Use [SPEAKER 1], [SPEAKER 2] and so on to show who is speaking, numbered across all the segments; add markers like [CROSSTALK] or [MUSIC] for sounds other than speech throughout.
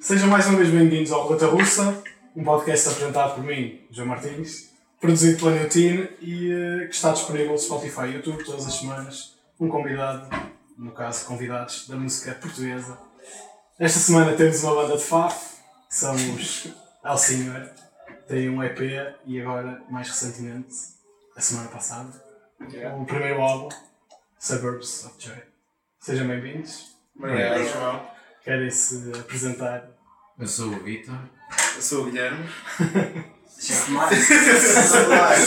[SPEAKER 1] Sejam mais uma vez bem-vindos ao Rota Russa, um podcast apresentado por mim, João Martins, produzido pela Newtine e eh, que está disponível no Spotify e YouTube todas as semanas. Um convidado, no caso, convidados da música portuguesa. Esta semana temos uma banda de Faf, que são os El Senhor, tem um EP e agora, mais recentemente, a semana passada, o primeiro álbum, Suburbs of Joy. Sejam bem-vindos.
[SPEAKER 2] Obrigado, João.
[SPEAKER 1] Querem se apresentar
[SPEAKER 3] Eu sou o Vitor.
[SPEAKER 2] Eu sou o Guilherme.
[SPEAKER 4] Sou Duarte.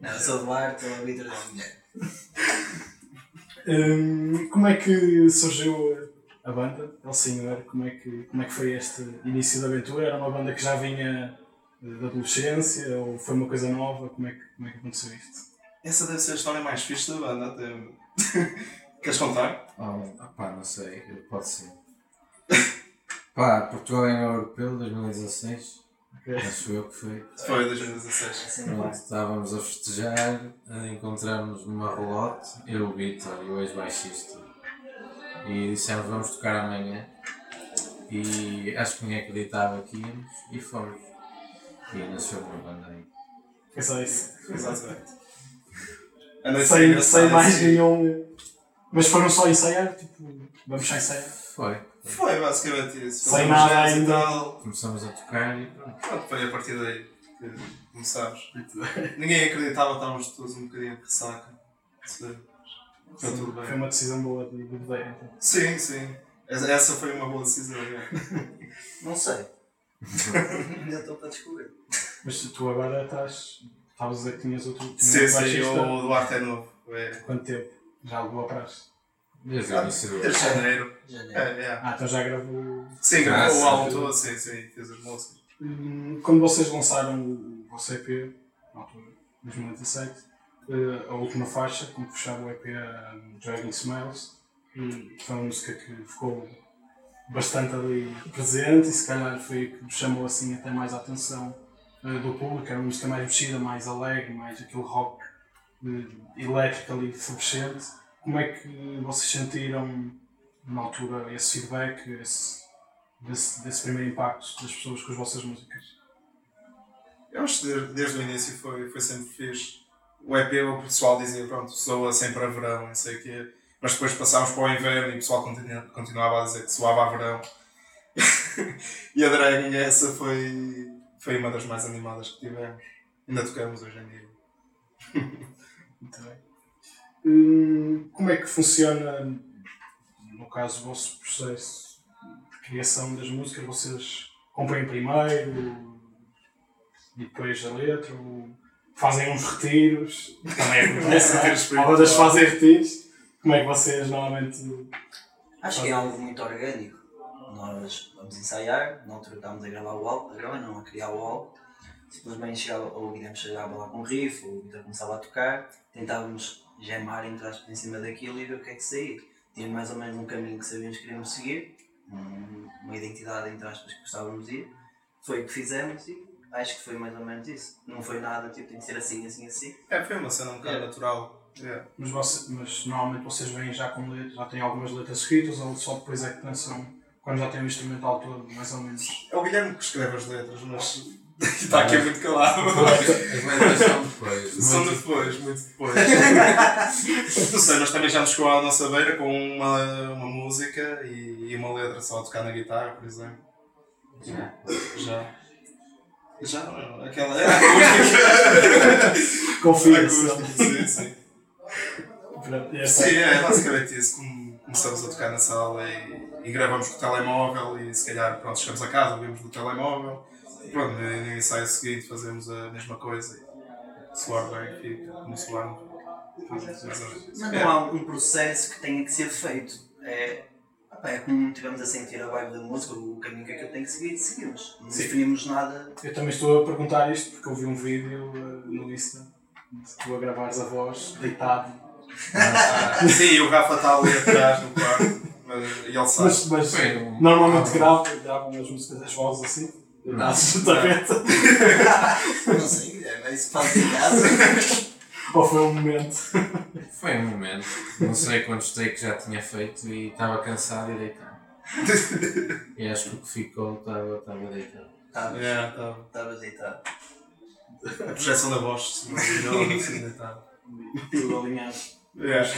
[SPEAKER 4] Não, sou Duarte, sou é o Vitor da Mulher.
[SPEAKER 1] Hum, como é que surgiu a banda, El Senhor? Como é que, como é que foi este início da aventura? Era uma banda que já vinha eh, da adolescência ou foi uma coisa nova? Como é que, como é que aconteceu isto?
[SPEAKER 2] Essa deve ser a história mais fixe da banda, até. [LAUGHS] Queres contar?
[SPEAKER 3] Oh, pá, não sei, pode ser. [LAUGHS] pá, Portugal ganhou o Europeu 2016,
[SPEAKER 1] Ok.
[SPEAKER 3] acho eu que foi.
[SPEAKER 2] Foi 2016.
[SPEAKER 4] Assim,
[SPEAKER 3] Pronto, estávamos a festejar, a encontrarmos numa relote, eu, o Vitor e o ex-baixista. E dissemos vamos tocar amanhã. E acho que ninguém acreditava que íamos e fomos. E nasceu uma banda aí.
[SPEAKER 1] Foi só isso.
[SPEAKER 2] Exatamente. A noite foi
[SPEAKER 1] Sem,
[SPEAKER 2] engraçada,
[SPEAKER 1] sem mais
[SPEAKER 2] assim.
[SPEAKER 1] nenhum. Mas foram só ensaiar? Tipo, vamos só ensaiar?
[SPEAKER 3] Foi.
[SPEAKER 2] Foi basicamente isso.
[SPEAKER 1] Sem
[SPEAKER 2] Fazemos
[SPEAKER 1] nada
[SPEAKER 2] jazz e
[SPEAKER 1] ainda.
[SPEAKER 2] tal.
[SPEAKER 3] Começamos a tocar e pronto.
[SPEAKER 2] Pronto, foi a partir daí que começámos. Ninguém acreditava, estávamos todos um bocadinho de ressaca. Sim. Está Tá tudo
[SPEAKER 1] Foi
[SPEAKER 2] bem.
[SPEAKER 1] uma decisão boa de de ideia. então.
[SPEAKER 2] Sim, sim. Essa essa foi uma boa decisão. é.
[SPEAKER 4] Não sei. Ainda estou para descobrir.
[SPEAKER 1] Mas tu agora estás. Estavas a dizer que tinhas outro. tinhas
[SPEAKER 2] Sim,
[SPEAKER 1] outro
[SPEAKER 2] sim,
[SPEAKER 1] baixista.
[SPEAKER 2] o Duarte é novo. É.
[SPEAKER 1] Quanto tempo? Já levou atrás?
[SPEAKER 3] Desde o início do ano.
[SPEAKER 2] Desde É janeiro.
[SPEAKER 4] Já
[SPEAKER 2] É,
[SPEAKER 4] nem.
[SPEAKER 2] é.
[SPEAKER 1] Ah, então já gravou.
[SPEAKER 2] Sim,
[SPEAKER 3] Ah,
[SPEAKER 2] gravou
[SPEAKER 3] sim.
[SPEAKER 2] o álbum todo, sim, sim, fez as músicas.
[SPEAKER 1] Hum, Quando vocês lançaram o o vosso EP, na altura, 2017, eh, a última faixa, como fechava o EP, a um, Dragon Smiles, hum, foi uma música que ficou bastante ali presente e se calhar foi a que vos chamou assim até mais a atenção eh, do público. Era uma música mais mexida, mais alegre, mais aquele rock eh, elétrico ali subscente. Como é que vocês sentiram na altura esse feedback, esse, desse, desse primeiro impacto das pessoas com as vossas músicas?
[SPEAKER 2] Eu acho que desde, desde o início foi, foi sempre fixe. O EP o pessoal dizia, pronto, soa sempre a verão, não sei o quê. Mas depois passámos para o inverno e o pessoal continu- continuava a dizer que soava a verão. [LAUGHS] e a Dragon, essa foi, foi uma das mais animadas que tivemos. Ainda tocamos hoje em dia.
[SPEAKER 1] Muito bem. Hum, Como é que funciona, no caso, o vosso processo de criação das músicas? Vocês compõem primeiro e depois a letra? Ou fazem uns retiros? Também acontece, não é?
[SPEAKER 2] Retiros
[SPEAKER 1] Há bandas que fazem retiros. Como é que vocês normalmente.
[SPEAKER 4] Acho que é algo muito orgânico. Nós vamos ensaiar, na altura estávamos a gravar o álbum, a gravar não, a criar o álbum. Simplesmente chegava, ou o Guilherme chegava lá com um riff, ou o Vitor começava a tocar, tentávamos gemar entre aspas em cima daquilo e ver o que é que saía. Tínhamos mais ou menos um caminho que sabíamos que queríamos seguir, um- uma identidade entre aspas que gostávamos de ir. Foi o que fizemos e acho que foi mais ou menos isso. Não foi nada tipo, tem que ser assim, assim, assim.
[SPEAKER 2] É, foi uma cena um bocado
[SPEAKER 4] É.
[SPEAKER 2] natural. É.
[SPEAKER 1] Mas, voce- mas normalmente vocês vêm já com letras, já têm algumas letras escritas ou só depois é que pensam quando já têm o instrumental todo, mais ou menos.
[SPEAKER 2] É o Guilherme que escreve as letras, mas [LAUGHS] está aqui muito calado.
[SPEAKER 3] As letras são depois.
[SPEAKER 2] São
[SPEAKER 3] muito-
[SPEAKER 2] depois, muito depois. [LAUGHS] não sei, mas também já nos chegou à nossa beira com uma, uma música e, e uma letra só a tocar na guitarra, por exemplo.
[SPEAKER 3] Já.
[SPEAKER 2] Já. Já, não, aquela. É acústica.
[SPEAKER 1] Confia-se.
[SPEAKER 2] Acústica, sim, sim. Sim, é basicamente isso. Como Começamos a tocar na sala e, e gravamos com o telemóvel e se calhar pronto, chegamos a casa, ouvimos do telemóvel. Pronto, no no ensaio seguinte fazemos a mesma coisa e soar bem fica, como soar mais ou menos.
[SPEAKER 4] Mas não há um processo que tenha que ser feito. É, opa, é como estivemos a sentir a vibe da música, o caminho que é que eu tenho que seguir, seguimos. Não
[SPEAKER 1] Sim.
[SPEAKER 4] definimos nada.
[SPEAKER 1] Eu também estou a perguntar isto porque eu vi um vídeo eh, no Insta de tu a gravares a voz deitado.
[SPEAKER 2] Ah, sim, o Rafa está ali atrás no quarto, mas e ele sabe.
[SPEAKER 1] Mas, mas
[SPEAKER 3] Foi um-
[SPEAKER 1] normalmente gravo, gravam as músicas, as vozes assim. Deitados no tapete.
[SPEAKER 4] Não sei, [LAUGHS] Guilherme, é isso que faz em casa.
[SPEAKER 1] Ou foi um momento.
[SPEAKER 3] Foi um momento. Não sei quantos takes já tinha feito e estava cansado e deitado. E acho que o que ficou estava estava deitado.
[SPEAKER 4] Estavas
[SPEAKER 2] yeah, tá.
[SPEAKER 4] estavas deitado.
[SPEAKER 2] A projeção da voz, se não se não, assim, né, tá.
[SPEAKER 4] Tudo alinhado.
[SPEAKER 2] Yeah.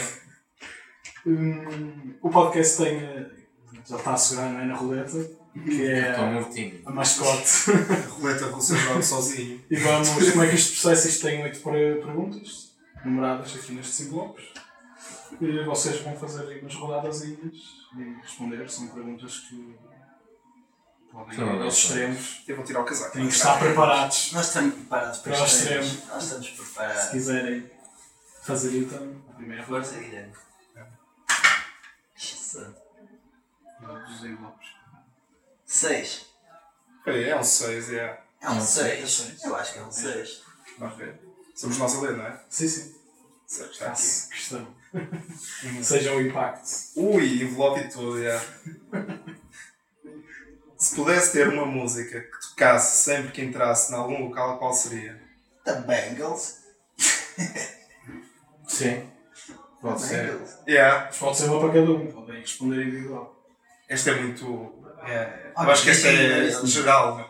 [SPEAKER 1] Hum, o podcast tem. eh, Já está a segurar, não é? Na roleta, que é
[SPEAKER 3] Estou
[SPEAKER 1] a
[SPEAKER 3] mortinho.
[SPEAKER 1] mascote.
[SPEAKER 2] A roleta russa joga sozinho.
[SPEAKER 1] E vamos, como é que isto processa? Isto tem oito pre- perguntas, numeradas aqui nestes envelopes. E vocês vão fazer aí umas rodadazinhas e responder. São perguntas que podem ir
[SPEAKER 3] São
[SPEAKER 1] aos
[SPEAKER 3] relações.
[SPEAKER 1] extremos.
[SPEAKER 2] Eu vou tirar o casaco.
[SPEAKER 1] Têm que estar preparados,
[SPEAKER 4] Nós estamos preparados para
[SPEAKER 1] Para o
[SPEAKER 4] isto. né?
[SPEAKER 1] extremo.
[SPEAKER 4] Nós estamos
[SPEAKER 1] se
[SPEAKER 4] preparados.
[SPEAKER 1] quiserem fazer então. A primeira rodada
[SPEAKER 4] Força, é Guilherme. Jesus.
[SPEAKER 1] dos envelopes.
[SPEAKER 4] Seis.
[SPEAKER 2] Olha, é um 6, yeah.
[SPEAKER 4] É um
[SPEAKER 3] Não,
[SPEAKER 4] seis.
[SPEAKER 1] seis.
[SPEAKER 4] Eu acho que é um seis.
[SPEAKER 2] Ok. Somos nós a ler, não é?
[SPEAKER 1] Sim, sim.
[SPEAKER 2] Seis, Está
[SPEAKER 4] Tá.
[SPEAKER 2] aqui.
[SPEAKER 1] Faço questão. [LAUGHS] Seja o impacto.
[SPEAKER 2] Ui, envelope e tudo, yeah. Se pudesse ter uma música que tocasse sempre que entrasse em algum local, qual seria?
[SPEAKER 4] The Bengals.
[SPEAKER 3] Sim. Pode ser.
[SPEAKER 4] Bengals.
[SPEAKER 2] Yeah.
[SPEAKER 1] Mas pode ser uma para cada um, podem responder individual.
[SPEAKER 2] Esta é muito. É,
[SPEAKER 4] Ah,
[SPEAKER 2] eu acho que esta é
[SPEAKER 4] sim, sim.
[SPEAKER 2] geral. né?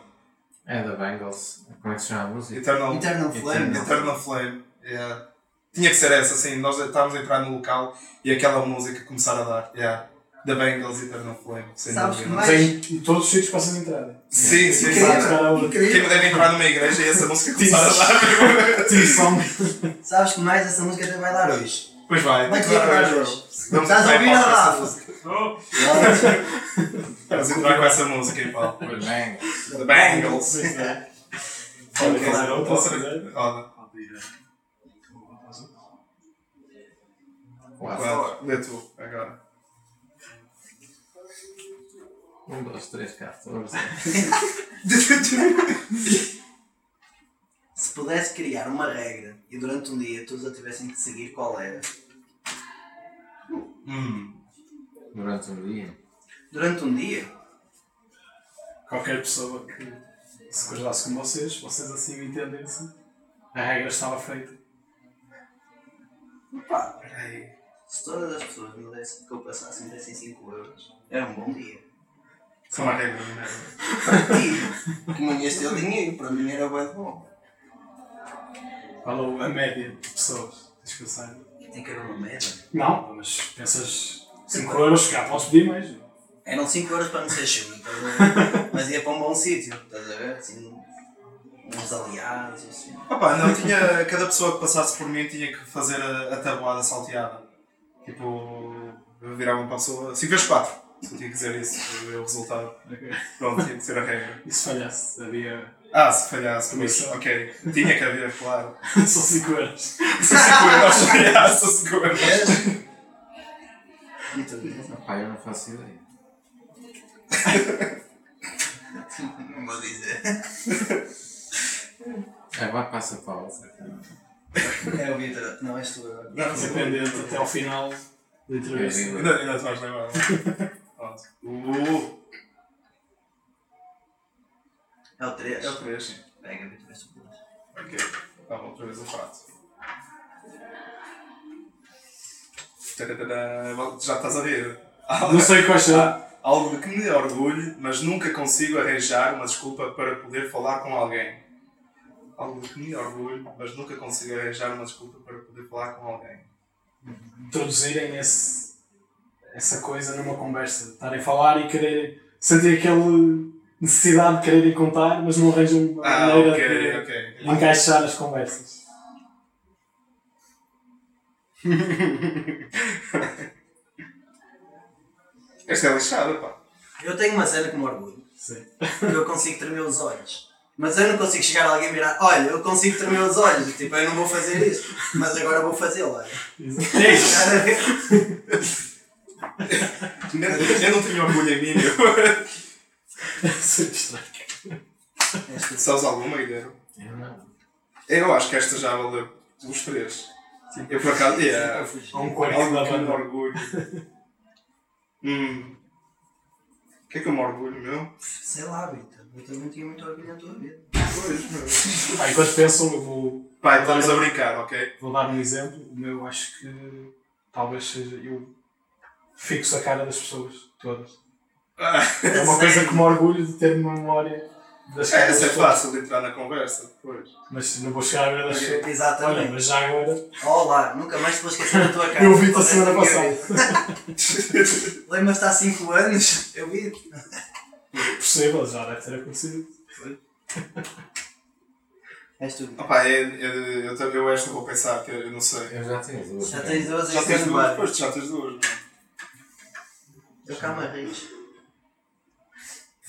[SPEAKER 3] É da Bengals. Como é que se chama a música?
[SPEAKER 2] Eternal,
[SPEAKER 4] Eternal Flame.
[SPEAKER 2] Eternal Flame. yeah. Tinha que ser essa, assim. Nós estávamos a entrar no local e aquela música começar a dar. Yeah. Da Bengals Eternal Flame. Sem
[SPEAKER 4] Sabes que
[SPEAKER 2] dúvida.
[SPEAKER 4] mais- é
[SPEAKER 1] Tem é em todos os sítios para vocês entrarem.
[SPEAKER 2] Sim, sim,
[SPEAKER 1] Quem
[SPEAKER 2] sim.
[SPEAKER 1] vai tocar a outra?
[SPEAKER 2] Quem me deve entrar numa igreja e essa música começar a dar.
[SPEAKER 1] Sim, são.
[SPEAKER 4] Sabes que mais essa música até vai dar hoje.
[SPEAKER 2] Pois vai.
[SPEAKER 4] Vai
[SPEAKER 2] tem
[SPEAKER 4] ter
[SPEAKER 2] que dar
[SPEAKER 4] várias.
[SPEAKER 2] hoje. Vamos
[SPEAKER 4] Estás a
[SPEAKER 2] entrar em
[SPEAKER 4] ouvir
[SPEAKER 2] palco
[SPEAKER 4] a
[SPEAKER 2] com essa
[SPEAKER 4] Rafa?
[SPEAKER 2] música.
[SPEAKER 4] Ela-
[SPEAKER 2] Vamos entrar com essa música em palco. pois.
[SPEAKER 3] Bengals.
[SPEAKER 2] The
[SPEAKER 4] [LAUGHS]
[SPEAKER 2] Bengals.
[SPEAKER 1] Sim, é.
[SPEAKER 2] Podem
[SPEAKER 1] Ok,
[SPEAKER 2] fazer outra,
[SPEAKER 1] posso
[SPEAKER 2] se
[SPEAKER 1] fazer?
[SPEAKER 2] quiser. Roda.
[SPEAKER 1] Pode ir, eh,
[SPEAKER 3] Quatro.
[SPEAKER 2] Quatro. Lê tu, agora.
[SPEAKER 4] [LAUGHS]
[SPEAKER 3] Um, dois, três, quatorze.
[SPEAKER 4] Se pudesse criar uma regra e durante um dia todos a tivessem que seguir, qual era?
[SPEAKER 2] Hum.
[SPEAKER 3] Durante um dia.
[SPEAKER 4] Durante um dia?
[SPEAKER 1] Qualquer pessoa que se cruzasse com vocês, vocês assim o entendessem, a regra estava feita.
[SPEAKER 4] Pá,
[SPEAKER 2] Peraí.
[SPEAKER 4] se todas as pessoas me dessem que eu passasse me dessem 5 euros, era um bom [LAUGHS] dia.
[SPEAKER 2] São uma regra, não é?
[SPEAKER 4] E como ias ter dinheiro, para mim era bué de bom.
[SPEAKER 1] Qual é a média de pessoas? Tens que pensar.
[SPEAKER 4] Tem que haver uma média.
[SPEAKER 1] Não, mas pensas 5 euros, cá podes pedir mais.
[SPEAKER 4] Eram 5 euros para não ser chuva, estás a ver? Mas ia para um bom sítio, estás a ver? Assim, uns aliados, assim.
[SPEAKER 2] Opa, não tinha. Cada pessoa que passasse por mim tinha que fazer a, a tabuada salteada. Tipo, eu virava uma pessoa. 5 vezes 4. Se eu tinha que dizer isso, eu o resultado. Pronto, tinha que ser a regra.
[SPEAKER 1] E se falhasse, havia [LAUGHS]
[SPEAKER 2] Ah, se falhasse, pois, ok. Tinha que haver, claro.
[SPEAKER 1] só 5 euros.
[SPEAKER 2] Sou seguro, nós falhasse, sou seguro.
[SPEAKER 4] E tudo isso.
[SPEAKER 3] Pá, eu não faço ideia.
[SPEAKER 4] Não vou dizer.
[SPEAKER 3] Agora passa para outra.
[SPEAKER 4] É o Vitor. Não, és tu agora.
[SPEAKER 2] Não,
[SPEAKER 1] é Dependente até ao final da entrevista.
[SPEAKER 2] Ainda, ainda te vais lembrar. Pronto. Uh,
[SPEAKER 4] É o 3.
[SPEAKER 2] é o 3.
[SPEAKER 4] Pega, é Vitor, és tu dois.
[SPEAKER 2] Ok. Tá bom, outra vez o prato. Tadadadá, Já estás a Ah, ver?
[SPEAKER 1] Não sei quais será.
[SPEAKER 2] Algo de que me orgulho, mas nunca consigo arranjar uma desculpa para poder falar com alguém. Algo de que me orgulho, mas nunca consigo arranjar uma desculpa para poder falar com alguém.
[SPEAKER 1] Introduzirem esse, essa coisa numa conversa. Estarem a falar e quererem sentir aquela necessidade de quererem contar, mas não arranjam uma
[SPEAKER 2] Ah,
[SPEAKER 1] maneira
[SPEAKER 2] ok,
[SPEAKER 1] de
[SPEAKER 2] ok.
[SPEAKER 1] encaixar as conversas.
[SPEAKER 2] Esta é lixada, pá.
[SPEAKER 4] Eu tenho uma cena que me orgulho.
[SPEAKER 1] Sim.
[SPEAKER 4] Eu consigo tremer os olhos. Mas eu não consigo chegar a alguém e virar, olha, eu consigo tremer os olhos. Tipo, eu não vou fazer isso. Mas agora vou fazê-lo, olha.
[SPEAKER 1] [LAUGHS]
[SPEAKER 4] [LAUGHS]
[SPEAKER 1] Exato.
[SPEAKER 4] Cara, eu-
[SPEAKER 2] Eu não tenho orgulho em mim, meu. [LAUGHS]
[SPEAKER 1] Sim, É estranho.
[SPEAKER 4] És tu.
[SPEAKER 2] Sabes alguma ideia?
[SPEAKER 3] Eu não.
[SPEAKER 2] Eu acho que esta já valeu os três. Eu por acaso.
[SPEAKER 4] Eu
[SPEAKER 2] Yeah.
[SPEAKER 4] fugi.
[SPEAKER 1] Há um quarto da
[SPEAKER 2] Algo que me
[SPEAKER 1] banda.
[SPEAKER 2] orgulho. Hum. O que é que eu me orgulho, meu?
[SPEAKER 4] Sei lá, Vitor. Eu também tinha muito orgulho na tua vida.
[SPEAKER 2] Pois, meu.
[SPEAKER 1] Pá, Enquanto pensam, eu vou
[SPEAKER 2] Pai, estamos a brincar, ok? [LAUGHS]
[SPEAKER 1] Vou dar um exemplo, o meu acho que talvez seja. Eu fixo a cara das pessoas todas. É
[SPEAKER 2] [LAUGHS]
[SPEAKER 1] uma coisa que me orgulho de ter memória das
[SPEAKER 2] É,
[SPEAKER 1] caras
[SPEAKER 2] isso é
[SPEAKER 1] todas.
[SPEAKER 2] fácil de entrar na conversa depois. [LAUGHS]
[SPEAKER 1] Mas não vou chegar à beira das pessoas. Olha,
[SPEAKER 4] Exatamente.
[SPEAKER 1] mas já agora.
[SPEAKER 4] Olá, nunca mais te vou esquecer da tua cara.
[SPEAKER 1] Eu vi-te a
[SPEAKER 4] Parece
[SPEAKER 1] semana
[SPEAKER 2] É,
[SPEAKER 4] que
[SPEAKER 1] passada.
[SPEAKER 4] eu- Lembras-te há 5 anos? Eu vi-te.
[SPEAKER 2] é.
[SPEAKER 1] [LAUGHS] Percebo, já deve ter acontecido.
[SPEAKER 4] És tu.
[SPEAKER 2] Opa, é, é- eu, também- eu esta vou pensar, que eu não sei.
[SPEAKER 3] Eu já tenho duas. né?
[SPEAKER 4] Já
[SPEAKER 3] cara.
[SPEAKER 4] tens um. duas
[SPEAKER 2] Já
[SPEAKER 4] em
[SPEAKER 2] tens duas,
[SPEAKER 4] Canadá.
[SPEAKER 2] depois tu já tens duas. não é?
[SPEAKER 4] Eu cá me arrisco.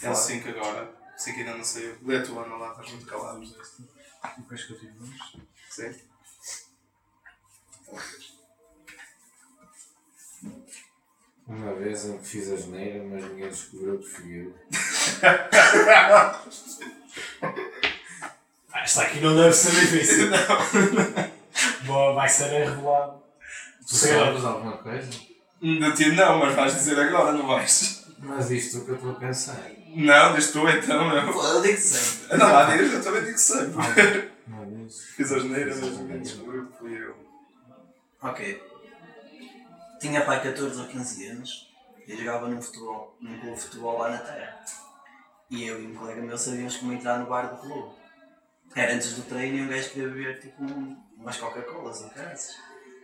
[SPEAKER 2] É um 5 agora. 5 ainda não saiu. Lê a tua, não lá, estás muito calado.
[SPEAKER 1] Depois que eu tive dois.
[SPEAKER 2] Sim.
[SPEAKER 3] Uma vez em que fiz a geneira, mas ninguém descobriu que fui eu.
[SPEAKER 1] Ah, esta aqui não deve ser difícil.
[SPEAKER 2] [LAUGHS] Não.
[SPEAKER 1] [LAUGHS] Boa, vai ser revelado.
[SPEAKER 3] Tu
[SPEAKER 1] Sim.
[SPEAKER 3] sabes alguma coisa?
[SPEAKER 2] Não, tiro, Hum, não, mas vais dizer agora, não vais?
[SPEAKER 3] Mas isto é o que eu estou a pensar.
[SPEAKER 2] Não, diz tu então, meu.
[SPEAKER 4] Pô, eu digo sempre.
[SPEAKER 2] Não, lá, diz, eu também digo sempre.
[SPEAKER 3] Uma vez.
[SPEAKER 2] [LAUGHS] Fiz as neiras, mas ninguém descobriu que fui eu.
[SPEAKER 4] Ok. Tinha pai 14 ou 15 anos. Eu jogava num futebol, num clube de futebol lá na terra. E eu e um colega meu sabíamos como entrar no bar do clube. Era antes do treino e um gajo queria beber tipo um, umas Coca-Colas ou caras.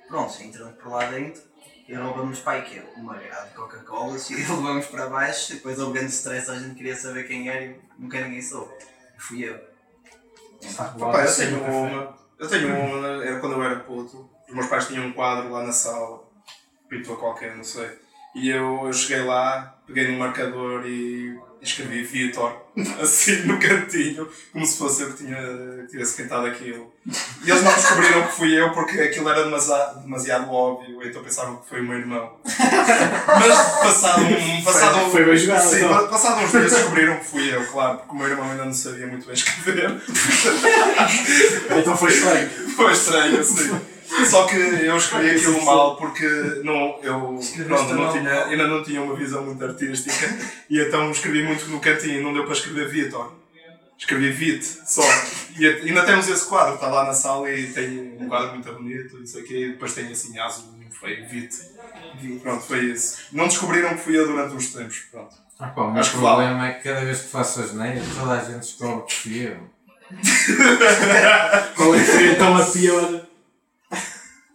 [SPEAKER 4] Pronto, entramos por lá dentro e roubamos pai que é uma grade de Coca-Colas e [LAUGHS] levamos para baixo. Depois houve grande stress, a gente queria saber quem era e nunca ninguém soube. Fui eu.
[SPEAKER 2] Papai, eu tenho uma. Eu tenho uma, era quando eu era puto. Os meus pais tinham um quadro lá na sala, pintou qualquer, não sei. E eu, eu cheguei lá, peguei num marcador e escrevi Vitor, [LAUGHS] assim, no cantinho, como se fosse eu que, tinha, que tivesse pintado aquilo. E eles não descobriram que fui eu porque aquilo era demasiado, demasiado óbvio, então pensaram que foi o
[SPEAKER 1] [LAUGHS]
[SPEAKER 2] meu irmão. Mas passado um. Passado um
[SPEAKER 1] Foi bem jogado,
[SPEAKER 2] Sim,
[SPEAKER 1] então.
[SPEAKER 2] passado uns dias descobriram que fui eu, claro, porque o meu irmão ainda não sabia muito bem escrever.
[SPEAKER 1] Então foi estranho.
[SPEAKER 2] Foi estranho, assim. Só que eu escolhi aquilo mal porque não, eu
[SPEAKER 4] Escreveste
[SPEAKER 2] pronto, não
[SPEAKER 4] mal.
[SPEAKER 2] tinha, ainda não tinha uma visão muito artística e então escrevi muito no cantinho, não deu para escrever Vitor. Escrevi Vit só. E a- ainda temos esse quadro, está lá na sala e tem um quadro muito bonito e isso aqui, e depois tem assim azul muito feio, Vit. Pronto, foi isso. Não descobriram que fui eu durante uns tempos. Pronto.
[SPEAKER 3] Ah, pá, o meu
[SPEAKER 2] Acho que vale.
[SPEAKER 3] problema é que cada vez que faço as neiras, toda a gente descobre que fui eu.
[SPEAKER 1] Qual é que seria então a pior?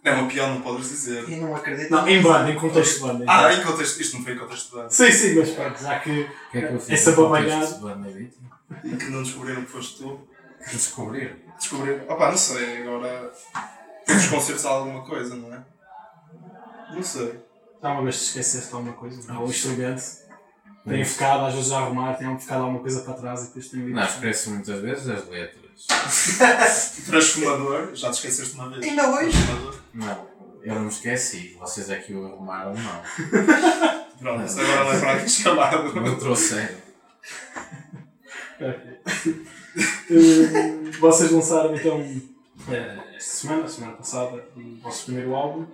[SPEAKER 2] É uma piada, não podes dizer.
[SPEAKER 4] E não acredito.
[SPEAKER 1] Não, em banda, em contexto de banda. então.
[SPEAKER 2] Ah, em contexto, isto não foi em contexto de antes.
[SPEAKER 1] Sim, sim, mas pronto, já que.
[SPEAKER 3] O que é que eu fiz?
[SPEAKER 1] Essa
[SPEAKER 3] no
[SPEAKER 1] babalhada.
[SPEAKER 3] contexto de banda Vita?
[SPEAKER 2] E que não descobriram que foste tu.
[SPEAKER 3] Descobrir.
[SPEAKER 2] descobrir. Opá, não sei, agora. Temos concertos a alguma coisa, não é? Não sei.
[SPEAKER 1] Já uma vez te Tá, esqueceste de alguma coisa? Ah, o instrumento. Tem ficado, às vezes a arrumar, tem ficado alguma coisa para trás e depois tem Eh,
[SPEAKER 3] Não, esqueço muitas vezes as letras.
[SPEAKER 2] Transformador, já te esqueceste uma vez.
[SPEAKER 4] [LAUGHS] Ainda hoje?
[SPEAKER 2] Transformador.
[SPEAKER 3] Não, eu não me esqueci. Vocês é que o arrumaram, não.
[SPEAKER 2] Pronto, isso agora não é para aqui chamado.
[SPEAKER 3] Me trouxeram.
[SPEAKER 1] Eh, Vocês lançaram então eh, esta semana, a semana passada, o vosso primeiro álbum.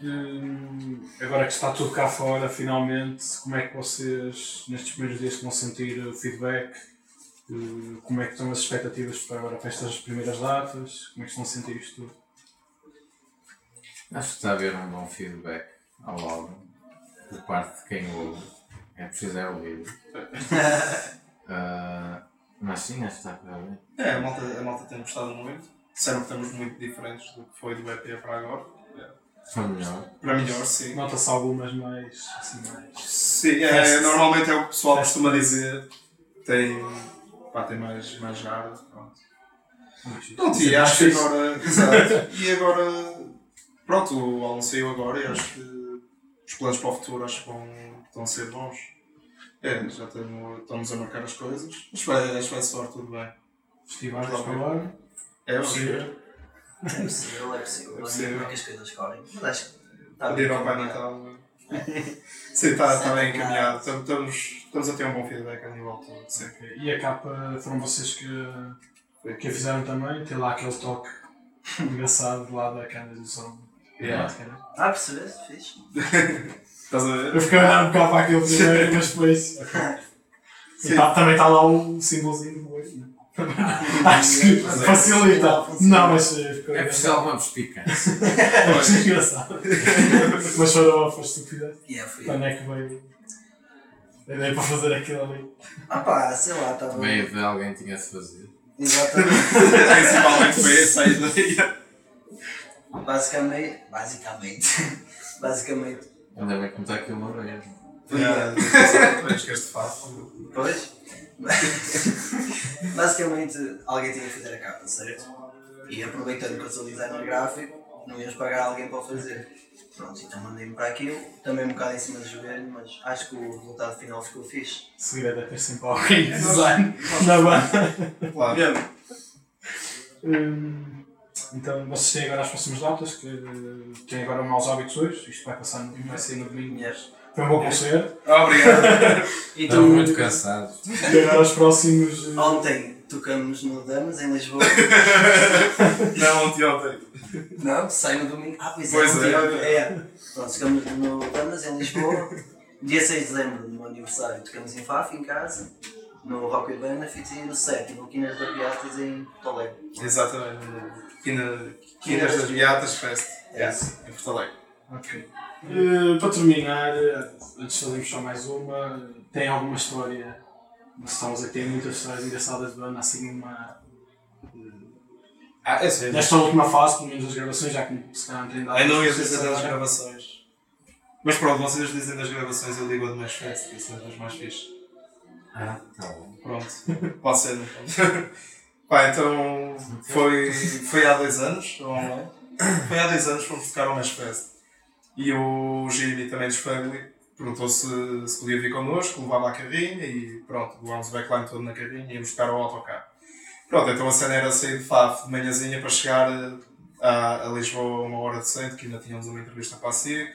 [SPEAKER 1] Eh, Agora que está tudo cá fora, finalmente, como é que vocês, nestes primeiros dias, vão sentir o feedback? Eh, Como é que estão as expectativas para agora para estas primeiras datas? Como é que estão a sentir isto tudo?
[SPEAKER 3] Acho que está a haver um bom feedback ao álbum, por parte de quem ouve. É preciso é
[SPEAKER 2] [LAUGHS]
[SPEAKER 3] ouvir. Ah, mas sim, acho que está a haver.
[SPEAKER 2] É, a malta, a malta tem gostado muito. Disseram que estamos muito diferentes do que foi do EP para agora.
[SPEAKER 3] Foi melhor.
[SPEAKER 2] Para melhor, sim.
[SPEAKER 1] Nota-se algumas mais. Assim, mais...
[SPEAKER 2] Sim, é, normalmente é o que o pessoal costuma dizer. Tem. Pá, tem mais, mais hard. Pronto. Pronto, e
[SPEAKER 1] Sim,
[SPEAKER 2] acho que
[SPEAKER 1] mais
[SPEAKER 2] [LAUGHS] agora. Exato. E agora. Pronto, o álbum saiu agora e acho que os planos para o futuro acho que vão, estão a ser bons. É, já temos, estamos a marcar as coisas. Acho que vai, acho que vai soar tudo bem.
[SPEAKER 1] Festivais para agora.
[SPEAKER 2] É, vamos
[SPEAKER 1] Sim.
[SPEAKER 2] ver.
[SPEAKER 4] É possível, é possível.
[SPEAKER 2] É
[SPEAKER 4] É
[SPEAKER 2] possível.
[SPEAKER 4] possível. que as coisas correm. Mas acho que tá está
[SPEAKER 2] Pedir ao Pai Natal. [LAUGHS] Sim, está, está bem encaminhado. Estamos- Estamos, estamos a ter um bom feedback a nível todo. Sim.
[SPEAKER 1] E a capa foram vocês que, que a fizeram também, tem lá aquele toque [LAUGHS] engraçado lá da Candice do som.
[SPEAKER 3] Yeah.
[SPEAKER 4] Ah, percebeste? Fixe.
[SPEAKER 2] Estás a ver? [LAUGHS]
[SPEAKER 1] Eu fiquei a olhar um bocado para aquele primeiro, mas depois. E tá- também está lá o símbolozinho do boi. né? Acho que
[SPEAKER 2] Mas é,
[SPEAKER 1] facilita.
[SPEAKER 4] funciona.
[SPEAKER 1] Não, mas eh, ficou
[SPEAKER 3] É preciso
[SPEAKER 1] engraçado.
[SPEAKER 3] alguma perspicácia.
[SPEAKER 1] Achei engraçado. Mas chorou, foi estúpida.
[SPEAKER 4] Yeah, fui eu.
[SPEAKER 1] Quando é que é veio? Era para fazer aquilo ali.
[SPEAKER 4] Ah pá, sei lá, estava.
[SPEAKER 3] Meio de alguém tinha de fazer.
[SPEAKER 4] Exatamente.
[SPEAKER 2] Principalmente foi essa a ideia.
[SPEAKER 4] Basicamente. Basicamente. [LAUGHS] Basicamente.
[SPEAKER 3] Ainda bem que não está aqui uma orelha.
[SPEAKER 2] [LAUGHS] [LAUGHS] Yeah, Mas que este fato.
[SPEAKER 4] Pois? [LAUGHS] Basicamente, alguém tinha que fazer a capa, certo? E aproveitando que eu sou designer gráfico, não ias pagar alguém para o fazer. Pronto, então mandei-me para aquilo, também um bocado em cima do joelho, mas acho que o resultado final ficou fixe.
[SPEAKER 1] O segredo é ter sempre alguém de design na banda.
[SPEAKER 2] Claro.
[SPEAKER 1] Hum, Então, vocês têm agora as próximas datas, que eh, têm agora maus hábitos hoje. Isto vai passar, no- vai sair no domingo.
[SPEAKER 4] Yes.
[SPEAKER 1] Foi um bom conselho.
[SPEAKER 2] Obrigado.
[SPEAKER 4] E
[SPEAKER 3] Estava Tá muito cansado.
[SPEAKER 1] E agora os próximos. eh,
[SPEAKER 4] Ontem tocamos no Damas, em Lisboa.
[SPEAKER 2] Não, ontem, ontem.
[SPEAKER 4] Não, sai no domingo. Ah, pois,
[SPEAKER 2] Pois
[SPEAKER 4] é.
[SPEAKER 2] é.
[SPEAKER 4] ontem, é. Pronto, tocamos no Damas, em Lisboa. Dia 6 de dezembro, no meu aniversário, tocamos em Faf, em casa. No Rock with Benefits e no 7, no Quinas da Piatas, em Toledo.
[SPEAKER 2] Exatamente. Quina- Quinas das Beatas É Fest. Yes. Em Porto Alegre.
[SPEAKER 1] Ok. Eh, para terminar, eh, antes de fazermos só mais uma, tem alguma história? Nós estamos aqui, tem muitas histórias engraçadas do ano, assim, uma.
[SPEAKER 2] Ah, é sério.
[SPEAKER 1] Nesta última fase, pelo menos das gravações, já que se calhar não tem dado.
[SPEAKER 2] Ai, não ia dizer das gravações. Mas pronto, vocês dizem das gravações, eu digo a de mais festa, que isso é das mais fixe.
[SPEAKER 3] Ah, tá bom.
[SPEAKER 2] Pronto, pode ser. não pode? Pá, então foi, foi há dois anos, ou não é? Foi há dois anos que fomos tocar ao Mash Fest. E o Jimmy também dos Family perguntou se, se podia vir connosco, levava a carrinha e pronto, levámos o backline todo na carrinha e íamos tocar ao autocarro. Pronto, então a cena era sair de Faf de manhãzinha para chegar eh, a, a Lisboa a uma hora decente, que ainda tínhamos uma entrevista para a SIC,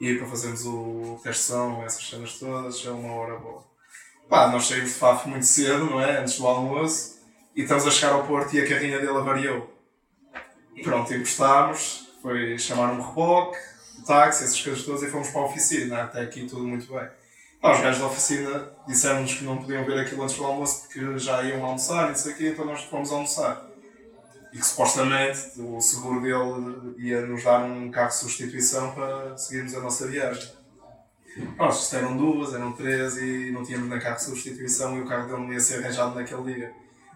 [SPEAKER 2] e para fazermos o teste de som, essas cenas todas, é uma hora boa. Pá, nós saímos de Faf muito cedo, não é? Antes do almoço, e estamos a chegar ao Porto e a carrinha dele avariou. Pronto, encostámos, foi chamar um reboque, um táxi, essas coisas todas, e fomos para a oficina, até aqui tudo muito bem. Pá, os gajos da oficina disseram-nos que não podiam ver aquilo antes do almoço porque já iam almoçar e não sei o quê, então nós fomos almoçar. E que supostamente o seguro dele ia nos dar um carro de substituição para seguirmos a nossa viagem. Nós isto eram duas, eram três e não tínhamos nem carro de substituição e o carro dele não ia ser arranjado naquele dia.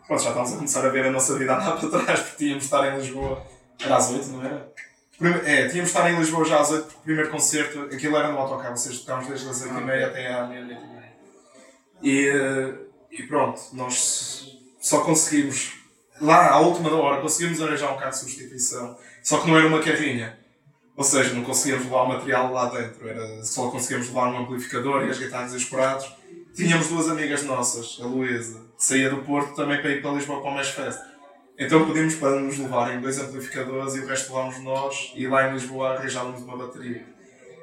[SPEAKER 2] Pronto, já estávamos a começar a ver a nossa vida andar [LAUGHS] para trás porque tínhamos de estar em Lisboa. Era às oito, não era? Prime- É, tínhamos de estar em Lisboa já às oito porque o primeiro concerto, aquilo era no autocarro, ou seja, tocámos desde as oito e meia até à meia-noite e meia. E, eh, e pronto, nós só conseguimos, lá à última hora, conseguimos arranjar um carro de substituição, só que não era uma carrinha. Ou seja, não conseguíamos levar o material lá dentro, era, só conseguíamos levar um amplificador e as guitarras e os pratos. Tínhamos duas amigas nossas, a Luísa, que saía do Porto também para ir para Lisboa para o Mesh Fest. Então pedimos para nos levarem dois amplificadores e o resto levámos nós e lá em Lisboa arranjávamos uma bateria.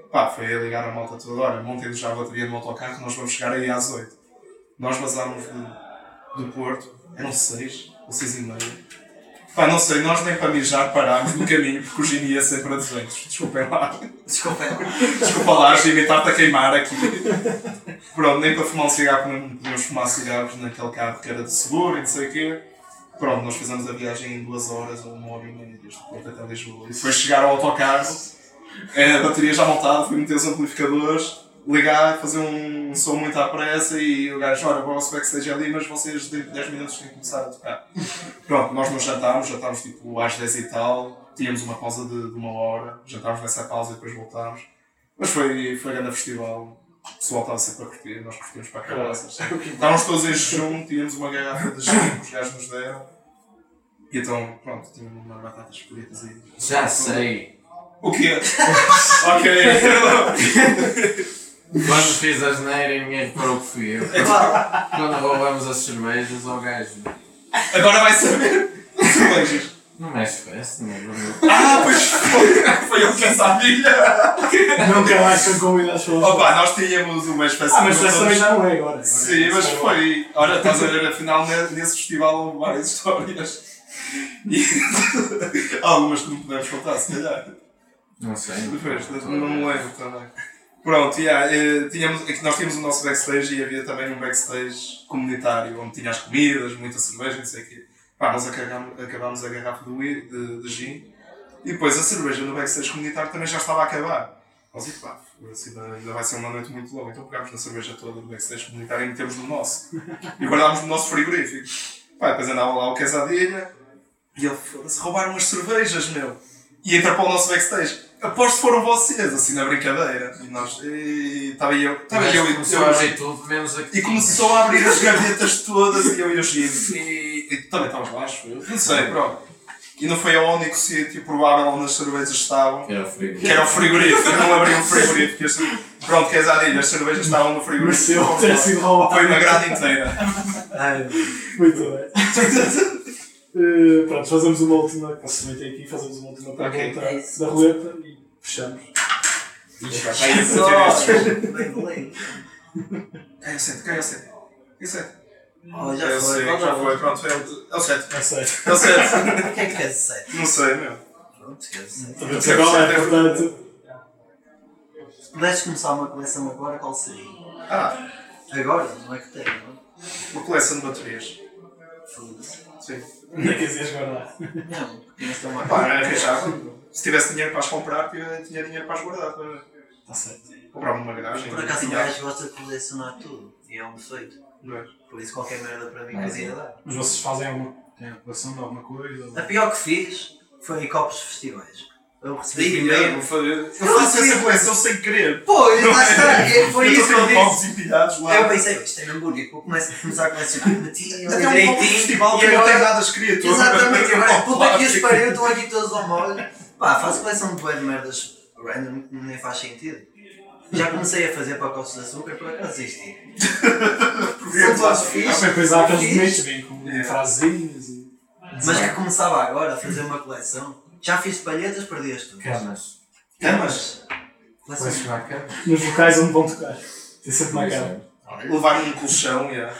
[SPEAKER 2] Pá, foi a ligar a malta toda hora, montem-nos já a bateria no autocarro, nós vamos chegar aí às 8. Nós vazámos do, do Porto, eram 6 ou 6 e meia. Pá, não sei, nós nem para mijar parámos no caminho porque o Gini ia sempre a 200. Desculpem lá.
[SPEAKER 4] Desculpem lá.
[SPEAKER 2] Desculpa lá, Gini, estar-te a queimar aqui. Pronto, nem para fumar um cigarro, não podíamos fumar cigarros naquele carro que era de seguro e não sei o quê. Pronto, nós fizemos a viagem em duas horas ou uma hora e meia desde Porto até Lisboa. E depois chegar ao autocarro, eh, a bateria já montada, fui meter os amplificadores, ligar, fazer um som muito à pressa e o gajo, olha, o vosso backstage é ali, mas vocês dentro de 10 minutos têm que começar a tocar. Pronto, nós não jantámos, jantámos tipo às 10 e tal, tínhamos uma pausa de, de uma hora, jantámos nessa pausa e depois voltámos. Mas foi, foi grande festival, o pessoal estava sempre a curtir, nós curtimos para caraças. Estávamos todos em jejum, tínhamos uma garrafa de gin que os gajos nos deram. E então, pronto, tínhamos umas batatas fritas aí.
[SPEAKER 3] Já sei!
[SPEAKER 2] O quê? [LAUGHS] ok. [LAUGHS]
[SPEAKER 3] Quando fiz a geneira, ninguém reparou que fui eu.
[SPEAKER 4] Claro.
[SPEAKER 3] Quando roubamos as cervejas, ao gajo.
[SPEAKER 2] Agora vai saber. Cervejas.
[SPEAKER 3] Não mexe festa, não é?
[SPEAKER 2] Ah, pois foi. Foi ele que essa amiga.
[SPEAKER 1] Nunca mais são convidados para lá.
[SPEAKER 2] Opa, nós tínhamos uma espécie
[SPEAKER 1] Ah, mas
[SPEAKER 2] de-
[SPEAKER 1] essa também já não é agora. agora.
[SPEAKER 2] Sim, mas foi. Olha, estás a ver, afinal, ne- nesse festival houve várias histórias. E [LAUGHS] algumas que não podemos contar, se calhar.
[SPEAKER 3] Não sei.
[SPEAKER 2] Depois, não me lembro também. Pronto, yeah, eh, tínhamos, é que nós tínhamos o nosso backstage e havia também um backstage comunitário, onde tinha as comidas, muita cerveja, não sei o quê. Pá, nós acabámos, acabámos a garrafa de, wi- de, de gin e depois a cerveja no backstage comunitário também já estava a acabar. Nós, e pá, assim, ainda vai ser uma noite muito longa, então pegámos na cerveja toda do backstage comunitário e metemos no nosso. E guardámos no nosso frigorífico. Pá, depois andava lá o Casadilha e ele, foda-se, roubaram as cervejas, meu. E entra para o nosso backstage. Aposto que foram vocês, assim, na brincadeira. E nós, e estava eu, estava eu e
[SPEAKER 3] começou a abrir tudo, menos aqui.
[SPEAKER 2] e começou a abrir as gavetas todas e eu e o Gino. E, e também estávamos lá, acho eu. Não sei, pronto. E não foi ao único sítio provável onde as cervejas estavam,
[SPEAKER 3] Era o frio.
[SPEAKER 2] que era o frigorífico. Eu não abri um frigorífico. e assim, Pronto, queres à as cervejas estavam no
[SPEAKER 1] Mereceu
[SPEAKER 2] frigorífico.
[SPEAKER 1] ter sido roubado.
[SPEAKER 2] Foi uma grade inteira.
[SPEAKER 1] Muito bem.
[SPEAKER 2] É
[SPEAKER 1] Eh, pronto, fazemos uma última, posso submeter aqui, fazemos uma última
[SPEAKER 2] Ok.
[SPEAKER 1] pergunta
[SPEAKER 4] É isso.
[SPEAKER 1] da roleta e fechamos.
[SPEAKER 2] Aí eu senti
[SPEAKER 4] Só,
[SPEAKER 2] isso.
[SPEAKER 4] bem doente.
[SPEAKER 2] Caiu sete, caiu sete. Caiu sete.
[SPEAKER 4] Oh, já
[SPEAKER 2] Eu
[SPEAKER 4] foi,
[SPEAKER 2] sei,
[SPEAKER 4] volta
[SPEAKER 2] É já
[SPEAKER 4] lá.
[SPEAKER 2] foi, pronto, é o é o sete.
[SPEAKER 1] Não sei.
[SPEAKER 2] É o sete.
[SPEAKER 4] O que é que queres dizer?
[SPEAKER 2] Não sei, meu.
[SPEAKER 4] Pronto, é queres dizer?
[SPEAKER 1] Também sei qual é, portanto.
[SPEAKER 4] Se pudesses começar uma coleção agora, qual seria?
[SPEAKER 2] Ah,
[SPEAKER 4] Agora? Não é que tem, não?
[SPEAKER 2] uma coleção de baterias.
[SPEAKER 4] Foda-se.
[SPEAKER 2] Sim.
[SPEAKER 1] Onde é que as ias guardar?
[SPEAKER 4] Não, tinhas de uma
[SPEAKER 2] Pá, é arranjava. Se tivesse dinheiro para as comprar, tinha tinha dinheiro para as guardar. para-
[SPEAKER 1] Está Tá certo.
[SPEAKER 2] Comprava uma garagem. um
[SPEAKER 4] Por acaso o
[SPEAKER 2] tinha-
[SPEAKER 4] gajo gosta de colecionar tudo e é um defeito. Por isso qualquer merda para mim
[SPEAKER 3] Ah,
[SPEAKER 4] fazia
[SPEAKER 2] é.
[SPEAKER 3] sim.
[SPEAKER 4] dar.
[SPEAKER 1] Mas vocês fazem alguma têm a coleção de alguma coisa?
[SPEAKER 4] A pior que fiz foi copos de festivais. Eu recebi
[SPEAKER 2] Sim,
[SPEAKER 4] primeiro.
[SPEAKER 2] eu fa- eu faço essa coleção sem querer.
[SPEAKER 4] Pois, lá
[SPEAKER 2] [LAUGHS]
[SPEAKER 4] está, é, foi
[SPEAKER 2] Eu
[SPEAKER 4] isso que
[SPEAKER 2] estou
[SPEAKER 4] eu
[SPEAKER 2] com
[SPEAKER 4] disse.
[SPEAKER 2] copos empilhados lá.
[SPEAKER 4] Eu pensei, isto é mesmo bonito, vou começar a começar a colecionar matinho,
[SPEAKER 2] Até um copo de festival que
[SPEAKER 4] e
[SPEAKER 2] não é tem
[SPEAKER 4] agora...
[SPEAKER 2] nada escrito.
[SPEAKER 4] Exatamente,
[SPEAKER 2] Eu [LAUGHS]
[SPEAKER 4] agora
[SPEAKER 2] tenho um copo
[SPEAKER 4] puta que os
[SPEAKER 2] plástico.
[SPEAKER 4] pariu, estão aqui todos ao molho. Pá, faço coleção de bué de merdas random que nem faz sentido. Já comecei a fazer para copos de açúcar, por acaso existi. São todos
[SPEAKER 1] Há
[SPEAKER 4] fixos,
[SPEAKER 1] sempre coisa aqueles
[SPEAKER 4] fixe.
[SPEAKER 1] momentos bem com
[SPEAKER 2] É.
[SPEAKER 1] frasezinhas e.
[SPEAKER 4] mas que começava agora a fazer uma coleção. Já fiz palhetas, perdi as tudo.
[SPEAKER 3] Camas.
[SPEAKER 4] Camas? Coleção
[SPEAKER 3] Vais
[SPEAKER 4] de
[SPEAKER 3] chamar camas?
[SPEAKER 1] Nos locais onde vão tocar. Tem sempre uma cara.
[SPEAKER 2] Levar um colchão, yeah.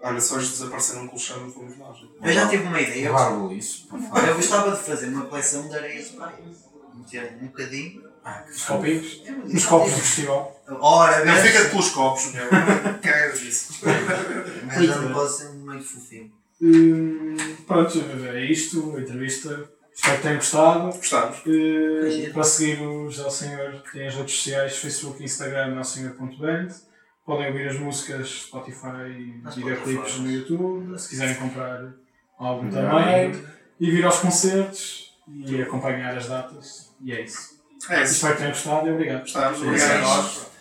[SPEAKER 2] Olha, se hoje desaparecer um colchão, fomos nós.
[SPEAKER 4] Eu já tive uma ideia.
[SPEAKER 3] Levar o lixo. pá,
[SPEAKER 4] Olha,
[SPEAKER 3] fala.
[SPEAKER 4] eu gostava de fazer uma coleção de areias de praia. Meter um bocadinho.
[SPEAKER 3] Ah, que
[SPEAKER 1] Os
[SPEAKER 3] desculpa.
[SPEAKER 1] copinhos. Nos copos do festival.
[SPEAKER 4] Ora,
[SPEAKER 2] Não
[SPEAKER 4] mas,
[SPEAKER 2] fica pelos copos, meu.
[SPEAKER 4] [LAUGHS]
[SPEAKER 2] Não quero disso.
[SPEAKER 4] mas eu não posso ser meio fofinho.
[SPEAKER 1] Hum, pronto, é isto. A entrevista. Espero que tenham gostado.
[SPEAKER 2] Gostamos.
[SPEAKER 1] Eh, para seguir o José Senhor, tem as redes sociais, Facebook e Instagram, nosenhor.band. Podem ouvir as músicas Spotify
[SPEAKER 4] Nas
[SPEAKER 1] e videoclipes no
[SPEAKER 4] plataformas.
[SPEAKER 1] YouTube, se quiserem comprar
[SPEAKER 2] Uhum.
[SPEAKER 1] álbum
[SPEAKER 3] Melhor
[SPEAKER 1] também.
[SPEAKER 3] ainda.
[SPEAKER 1] E vir aos concertos e acompanhar as datas. E é isso.
[SPEAKER 2] É isso.
[SPEAKER 1] Espero que tenham gostado e obrigado.
[SPEAKER 2] É Gostamos. Obrigado a nós.